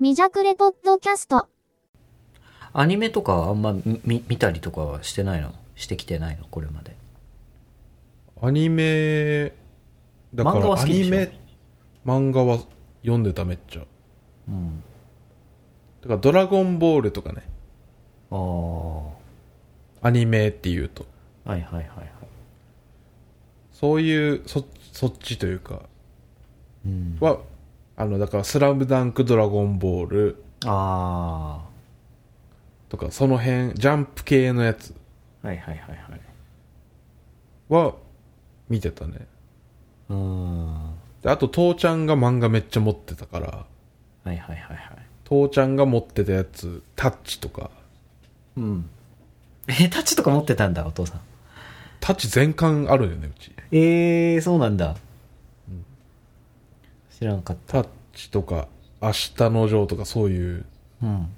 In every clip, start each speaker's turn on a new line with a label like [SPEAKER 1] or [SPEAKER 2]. [SPEAKER 1] 未着レポッドキャスト。
[SPEAKER 2] アニメとかはあんま見見たりとかはしてないのしてきてないのこれまで。
[SPEAKER 3] アニメだか
[SPEAKER 2] 漫画は好
[SPEAKER 3] らア
[SPEAKER 2] きでし
[SPEAKER 3] ニ
[SPEAKER 2] ょ
[SPEAKER 3] メ漫画は読んでためっちゃだ
[SPEAKER 2] うん。
[SPEAKER 3] から「ドラゴンボール」とかね
[SPEAKER 2] ああ。は
[SPEAKER 3] アニメっていうと
[SPEAKER 2] いはいはいはい。
[SPEAKER 3] そういうそそっちというか
[SPEAKER 2] うん、
[SPEAKER 3] はあのだから「スラムダンクドラゴンボール
[SPEAKER 2] あ」
[SPEAKER 3] とかその辺ジャンプ系のやつ
[SPEAKER 2] あ。はいはいはいはい。
[SPEAKER 3] は見てたね
[SPEAKER 2] うーん。は
[SPEAKER 3] であと父ちゃんが漫画めっちゃ持ってたから
[SPEAKER 2] いはいはいはい。
[SPEAKER 3] 父ちゃんが持ってたやつ「タッチ」とか
[SPEAKER 2] うん。え、タッチとか持ってたんだ、お父さん。
[SPEAKER 3] 「タッチ」全巻あるよねうち
[SPEAKER 2] ええそうなんだ。知らんかっ
[SPEAKER 3] 「
[SPEAKER 2] た。
[SPEAKER 3] タッチ」とか「明日のジョー」とかそういう
[SPEAKER 2] うん。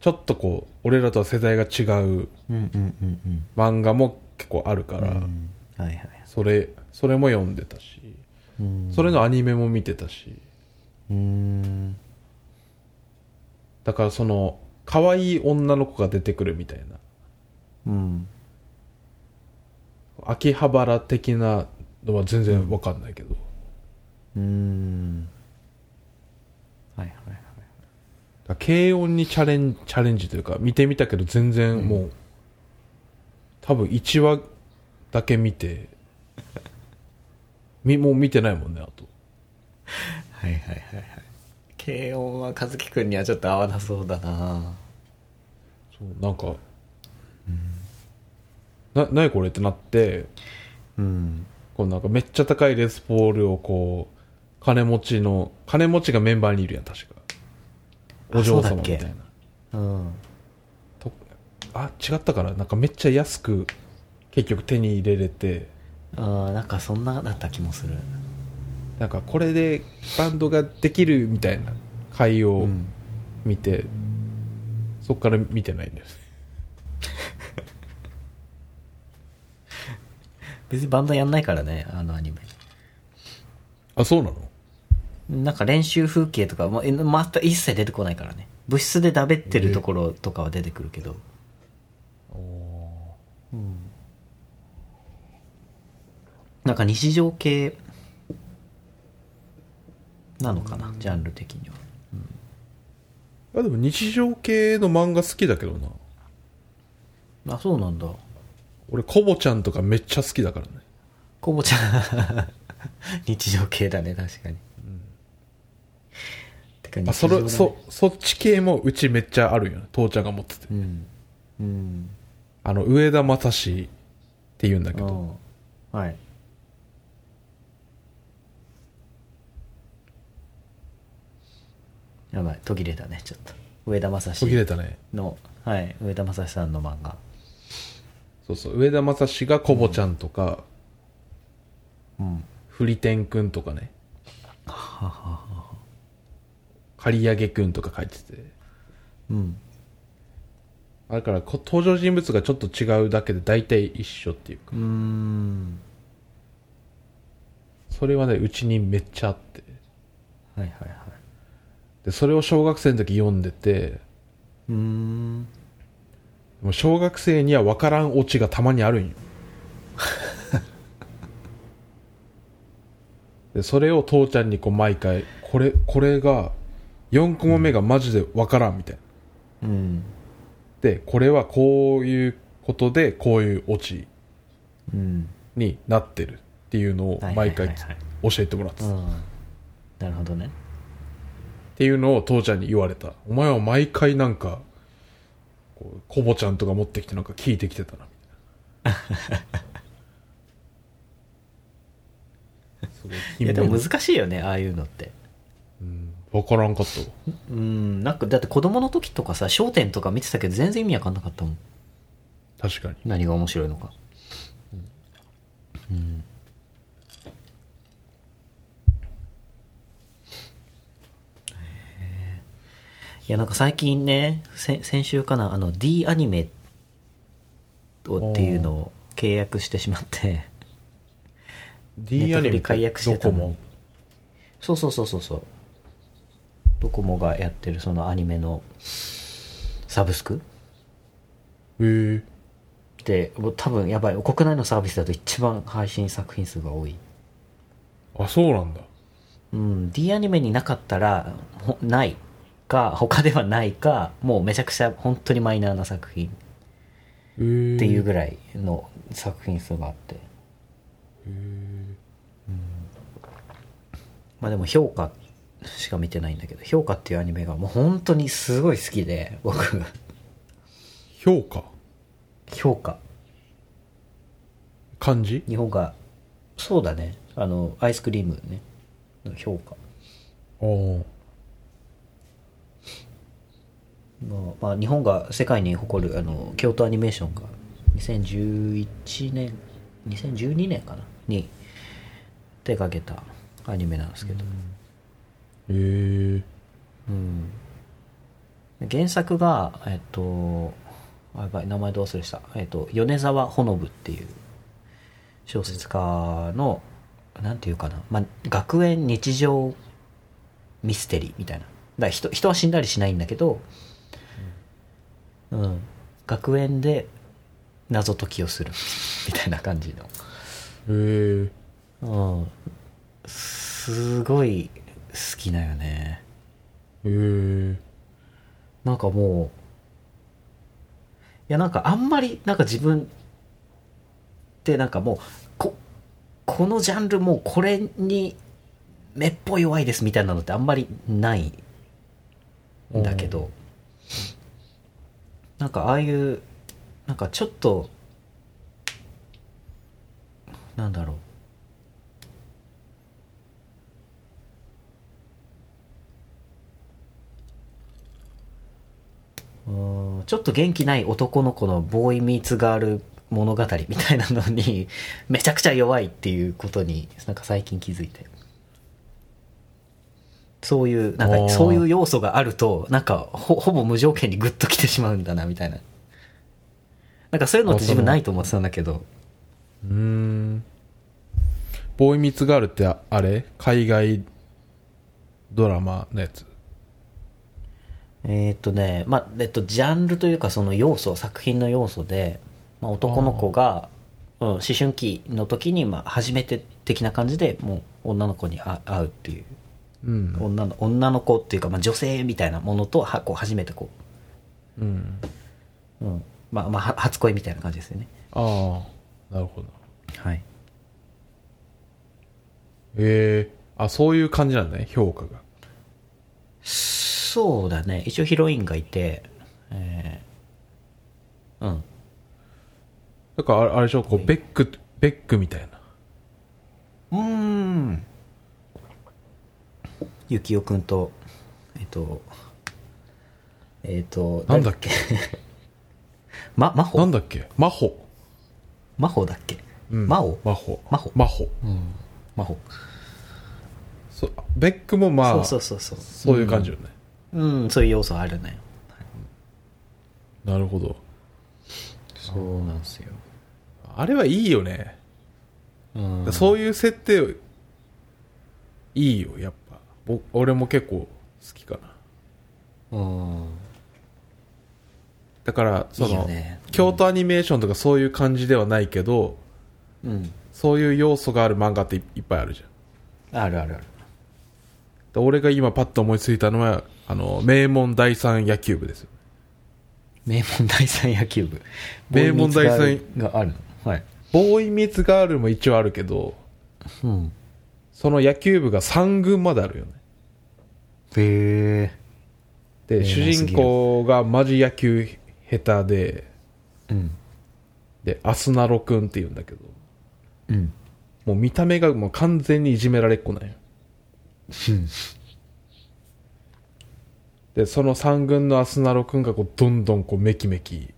[SPEAKER 3] ちょっとこう俺らとは世代が違う
[SPEAKER 2] うんうんうんうん。
[SPEAKER 3] 漫画も結構あるから、
[SPEAKER 2] うんはいはい。
[SPEAKER 3] それそれも読んでたし
[SPEAKER 2] うん。
[SPEAKER 3] それのアニメも見てたし
[SPEAKER 2] うーん。
[SPEAKER 3] だからその可愛い女の子が出てくるみたいな
[SPEAKER 2] うん。
[SPEAKER 3] 秋葉原的なのは全然わかんないけど、
[SPEAKER 2] うーん。はいはいはい。
[SPEAKER 3] だから軽音にチャレンチャレンジというか見てみたけど全然もう、多分1話だけ見て みもう見てないもんねあと
[SPEAKER 2] はいはいはいはい。軽音は和樹くんにはちょっと合わなそうだな
[SPEAKER 3] そうなんか、なな何これってなって
[SPEAKER 2] うん。
[SPEAKER 3] こうなんかめっちゃ高いレスポールをこう金持ちの金持ちがメンバーにいるやん確か
[SPEAKER 2] あ
[SPEAKER 3] お
[SPEAKER 2] そ
[SPEAKER 3] 嬢
[SPEAKER 2] う
[SPEAKER 3] 様
[SPEAKER 2] だ
[SPEAKER 3] み
[SPEAKER 2] っけ
[SPEAKER 3] たいな
[SPEAKER 2] うん。
[SPEAKER 3] とあ違ったからなんかめっちゃ安く結局手に入れれて
[SPEAKER 2] ああ、なんかそんなだった気もする。
[SPEAKER 3] なんかこれでバンドができるみたいな会
[SPEAKER 2] う
[SPEAKER 3] を
[SPEAKER 2] ん。
[SPEAKER 3] 見て、そっから見てないんです
[SPEAKER 2] 別にバンドやんないからね、あのアニメ。
[SPEAKER 3] あそうなの
[SPEAKER 2] なんか練習風景とか、ま、えまた一切出てこないからね。部室でだべってるところとかは出てくるけど。うんなんか日常系なのかな、ジャンル的には。
[SPEAKER 3] あでも日常系の漫画好きだけどな
[SPEAKER 2] あ、そうなんだ。
[SPEAKER 3] 俺コボちゃんとかめっちゃ好きだからね
[SPEAKER 2] コボちゃん、 日常系だね、確かに。てか日常だね
[SPEAKER 3] あそれそそっち系もうちめっちゃあるよね父ちゃんが持ってて
[SPEAKER 2] うん。うん。
[SPEAKER 3] あの上田正史っていうんだけど
[SPEAKER 2] うんはい。やばい、途切れたね、ちょっと。上田正
[SPEAKER 3] 途切れ
[SPEAKER 2] 史
[SPEAKER 3] たね
[SPEAKER 2] の、はい、上田正史さんの漫画。
[SPEAKER 3] そうそう上田正史がコボちゃんとか、
[SPEAKER 2] うん。
[SPEAKER 3] フリテンくんとかね刈り上げくんとか書いてて
[SPEAKER 2] うん。
[SPEAKER 3] あれからこ登場人物がちょっと違うだけで大体一緒っていうか
[SPEAKER 2] うーん。
[SPEAKER 3] それはねうちにめっちゃあって
[SPEAKER 2] はいはいはい。
[SPEAKER 3] でそれを小学生の時読んでて
[SPEAKER 2] うーん。
[SPEAKER 3] もう小学生には分からんオチがたまにある んよでそれを父ちゃんにこう毎回これこれが4コマ目がマジで分からんみたいな、
[SPEAKER 2] うん。
[SPEAKER 3] でこれはこういうことでこういうオチ
[SPEAKER 2] うん。
[SPEAKER 3] になってるっていうのを毎回
[SPEAKER 2] はい
[SPEAKER 3] き
[SPEAKER 2] はいはい
[SPEAKER 3] 教えてもらってた、
[SPEAKER 2] う
[SPEAKER 3] っ
[SPEAKER 2] ん。なるほどね。
[SPEAKER 3] ていうのを父ちゃんに言われたお前は毎回なんかこうコボちゃんとか持ってきてなんか聞いてきてたな みたいなすご
[SPEAKER 2] い
[SPEAKER 3] い
[SPEAKER 2] や、で
[SPEAKER 3] 君
[SPEAKER 2] も難しいよね、ああいうのって。
[SPEAKER 3] うん分からんかったわ
[SPEAKER 2] うん。なんか、だって子供の時とかさ、焦点とか見てたけど全然意味わかんなかったもん。
[SPEAKER 3] 確かに
[SPEAKER 2] 何が面白いのか。うん。いや、なんか最近ね、せ先週かな、あの、D アニメをっていうのを契約してしまって、
[SPEAKER 3] D ア
[SPEAKER 2] ネッ
[SPEAKER 3] ニメ
[SPEAKER 2] トフリ解約してた
[SPEAKER 3] どこ
[SPEAKER 2] の
[SPEAKER 3] も
[SPEAKER 2] そうそうそうそうそう。ドコモがやってるそのアニメのサブスク
[SPEAKER 3] えー、
[SPEAKER 2] でもう多分やばい国内のサービスだと一番配信作品数が多い
[SPEAKER 3] あそうなんだ
[SPEAKER 2] うん D アニメになかったらほないか他ではないかもうめちゃくちゃ本当にマイナーな作品
[SPEAKER 3] えー、
[SPEAKER 2] っていうぐらいの作品数があって、うんまあでも「評価」しか見てないんだけど「評価」っていうアニメがもう本当にすごい好きで僕
[SPEAKER 3] 評価
[SPEAKER 2] 「評価
[SPEAKER 3] 漢字」
[SPEAKER 2] 日本がそうだねあのアイスクリームねの評価
[SPEAKER 3] ああ
[SPEAKER 2] の、まあ、日本が世界に誇るあの京都アニメーションが2011年2012年かなに手掛けたアニメなんですけど、
[SPEAKER 3] えー、
[SPEAKER 2] うん原作がえっとあやばい名前どう忘れした、えっと、米沢ほのぶっていう小説家のなんていうかな、まあ、学園日常ミステリーみたいなだから人人は死んだりしないんだけど、うん、学園で謎解きをするみたいな感じの。
[SPEAKER 3] えー、
[SPEAKER 2] うん、すごい好きだよね。
[SPEAKER 3] えー、
[SPEAKER 2] なんかもう、いやなんかあんまりなんか自分ってなんかもう、こ、このジャンルもうこれに目っぽい弱いですみたいなのってあんまりないんだけど、なんかああいう、なんかちょっと、なんだろう。うーんちょっと元気ない男の子のボーイミーツガール物語みたいなのに めちゃくちゃ弱いっていうことになんか最近気づいてそういうなん
[SPEAKER 3] おー
[SPEAKER 2] かそういう要素があるとなんかほほぼ無条件にグッときてしまうんだなみたいななんかそういうのって自分ないと思ってたんだけど
[SPEAKER 3] うーんボーイミーツガールってああれ海外ドラマのやつ
[SPEAKER 2] えーっとね、まあ、えっと、ジャンルというか、その要素、作品の要素で、まあ、男の子が、うん、思春期の時に、まあ、初めて的な感じで、もう、女の子にあ会うっていう、
[SPEAKER 3] うん
[SPEAKER 2] 女の、女の子っていうか、まあ、女性みたいなものと、は、こう、初めてこ
[SPEAKER 3] うん
[SPEAKER 2] う、うん、まあ、まあ、は初恋みたいな感じですよね。
[SPEAKER 3] ああなるほど
[SPEAKER 2] はい。
[SPEAKER 3] ええあそういう感じなんだね評価が
[SPEAKER 2] そうだね、一応ヒロインがいて、えーうん。
[SPEAKER 3] だからあれあれでしょこうベックベックみたいな
[SPEAKER 2] うーん。ゆきおくんと、えっと、えっと、
[SPEAKER 3] なんだっけ
[SPEAKER 2] ま、ま
[SPEAKER 3] な
[SPEAKER 2] ほ
[SPEAKER 3] んだっけマホ
[SPEAKER 2] まほだっけ、
[SPEAKER 3] うん
[SPEAKER 2] まお
[SPEAKER 3] マホ
[SPEAKER 2] マホ
[SPEAKER 3] マホ
[SPEAKER 2] うん。まほ。
[SPEAKER 3] そうベックもまあ
[SPEAKER 2] そうそうそうそう。
[SPEAKER 3] そういう感じよね、
[SPEAKER 2] うん、そういう要素あるね。
[SPEAKER 3] なるほど
[SPEAKER 2] そうなんですよ。
[SPEAKER 3] あれはいいよね、
[SPEAKER 2] うん。
[SPEAKER 3] そういう設定いいよやっぱぼ俺も結構好きかな
[SPEAKER 2] うん。
[SPEAKER 3] だからその
[SPEAKER 2] いいよね
[SPEAKER 3] 京都アニメーションとかそういう感じではないけど、
[SPEAKER 2] うん。
[SPEAKER 3] そういう要素がある漫画っていいっぱいあるじゃん
[SPEAKER 2] あるあるある。
[SPEAKER 3] で俺が今パッと思いついたのはあの名門第三野球部ですよ
[SPEAKER 2] 名門第三野球部。
[SPEAKER 3] 名門第三
[SPEAKER 2] ボーイミーツガールがあるの。はい。
[SPEAKER 3] ボーイミーツガールも一応あるけど
[SPEAKER 2] うん。
[SPEAKER 3] その野球部が3軍まであるよね
[SPEAKER 2] へ
[SPEAKER 3] で
[SPEAKER 2] 名門すぎ
[SPEAKER 3] 主
[SPEAKER 2] る
[SPEAKER 3] 人公がマジ野球下手で
[SPEAKER 2] え。うん。
[SPEAKER 3] でアスナロ君っていうんだけど
[SPEAKER 2] うん。
[SPEAKER 3] もう見た目がもう完全にいじめられっ子なんよでその3軍のアスナロ君がこうどんどんこうメキメキ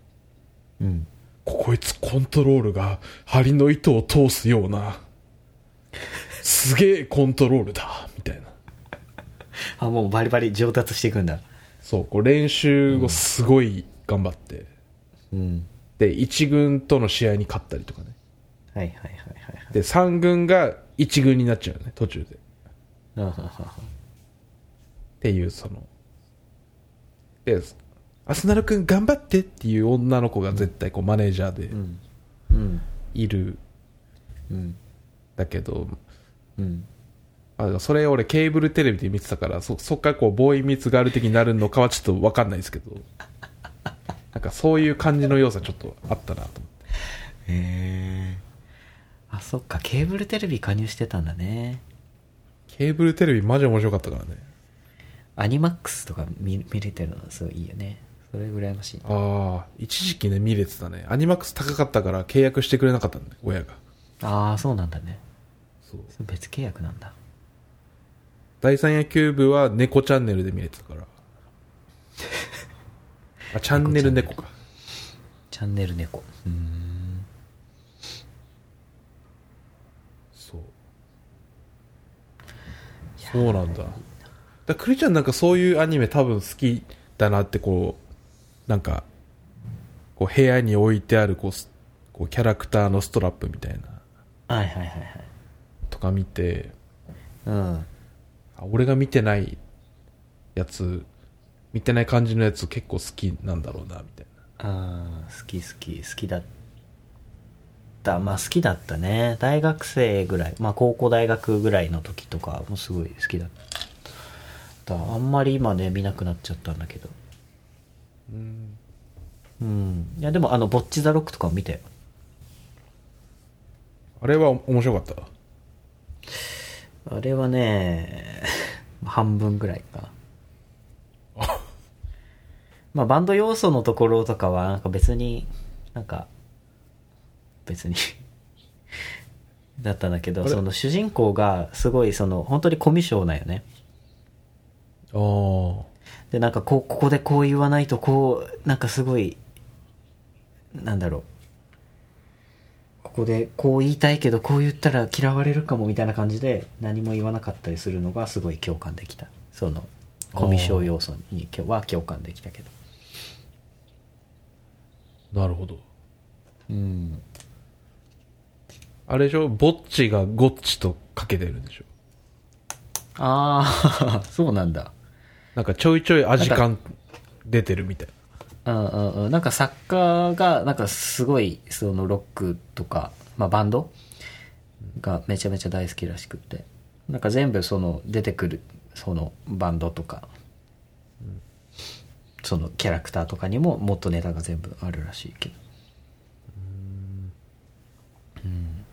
[SPEAKER 2] うん。
[SPEAKER 3] ここいつコントロールが針の糸を通すようなすげえコントロールだみたいな
[SPEAKER 2] あ、もうバリバリ上達していくんだ。
[SPEAKER 3] そうこう練習をすごい頑張って、
[SPEAKER 2] うん。
[SPEAKER 3] で1軍との試合に勝ったりとかね
[SPEAKER 2] はいはいはいはいはい。
[SPEAKER 3] で3軍が1軍になっちゃうよね途中で
[SPEAKER 2] うんうんうんうん
[SPEAKER 3] っていうそのでアスナル君頑張ってっていう女の子が絶対こうマネージャーで
[SPEAKER 2] うんうん
[SPEAKER 3] いる
[SPEAKER 2] うん
[SPEAKER 3] だけど、
[SPEAKER 2] うん
[SPEAKER 3] あそれ俺ケーブルテレビで見てたからそそっからこうボーイミーツガール的になるのかはちょっと分かんないですけどなんかそういう感じの要素はちょっとあったなと思って
[SPEAKER 2] へえあそっかケーブルテレビ加入してたんだね
[SPEAKER 3] ケーブルテレビマジ面白かったからね
[SPEAKER 2] アニマックスとか見見れてるのすごいいいよねそれ羨ましい
[SPEAKER 3] ああ一時期ね見れてたねアニマックス高かったから契約してくれなかったんだよ親が
[SPEAKER 2] ああそうなんだね
[SPEAKER 3] そう
[SPEAKER 2] それ別契約なんだ
[SPEAKER 3] 第三野球部は猫チャンネルで見れてたからあチャンネル猫か
[SPEAKER 2] チャンネル猫うーん
[SPEAKER 3] そうそうなんだだクリちゃんなんかそういうアニメ多分好きだなってこうなんかこう部屋に置いてあるこうスこうキャラクターのストラップみたいな
[SPEAKER 2] はいはいはいはい
[SPEAKER 3] とか見て
[SPEAKER 2] うん
[SPEAKER 3] あ俺が見てないやつ見てない感じのやつ結構好きなんだろうなみたいな
[SPEAKER 2] あー好き好き好きだったまあ好きだったね大学生ぐらいまあ高校大学ぐらいの時とかもすごい好きだったあんまり今ね見なくなっちゃったんだけど
[SPEAKER 3] うん
[SPEAKER 2] うんいやでもあの「ぼっち・ザ・ロック」とかを見て
[SPEAKER 3] あれは面白かった
[SPEAKER 2] あれはね 半分ぐらい かまあバンド要素のところとかはなんか別になんか別に だったんだけ
[SPEAKER 3] あ
[SPEAKER 2] ど
[SPEAKER 3] れ
[SPEAKER 2] その主人公がすごいその本当にコミュ障なんよね
[SPEAKER 3] ああ
[SPEAKER 2] でなんかこうここでこう言わないとこうなんかすごいなんだろうここでこう言いたいけどこう言ったら嫌われるかもみたいな感じで何も言わなかったりするのがすごい共感できたそのコミュ障要素に今日は共感できたけど
[SPEAKER 3] なるほど
[SPEAKER 2] うん
[SPEAKER 3] あれでしょぼっちがゴッチとかけてるんでしょ
[SPEAKER 2] ああ そうなんだ
[SPEAKER 3] なんかちょいちょい味感出てるみたいな。
[SPEAKER 2] うんうんうん、なんか作家がなんかすごいそのロックとか、まあ、バンドがめちゃめちゃ大好きらしくてなんか全部その出てくるそのバンドとか、そのキャラクターとかにももっとネタが全部あるらしいけどうん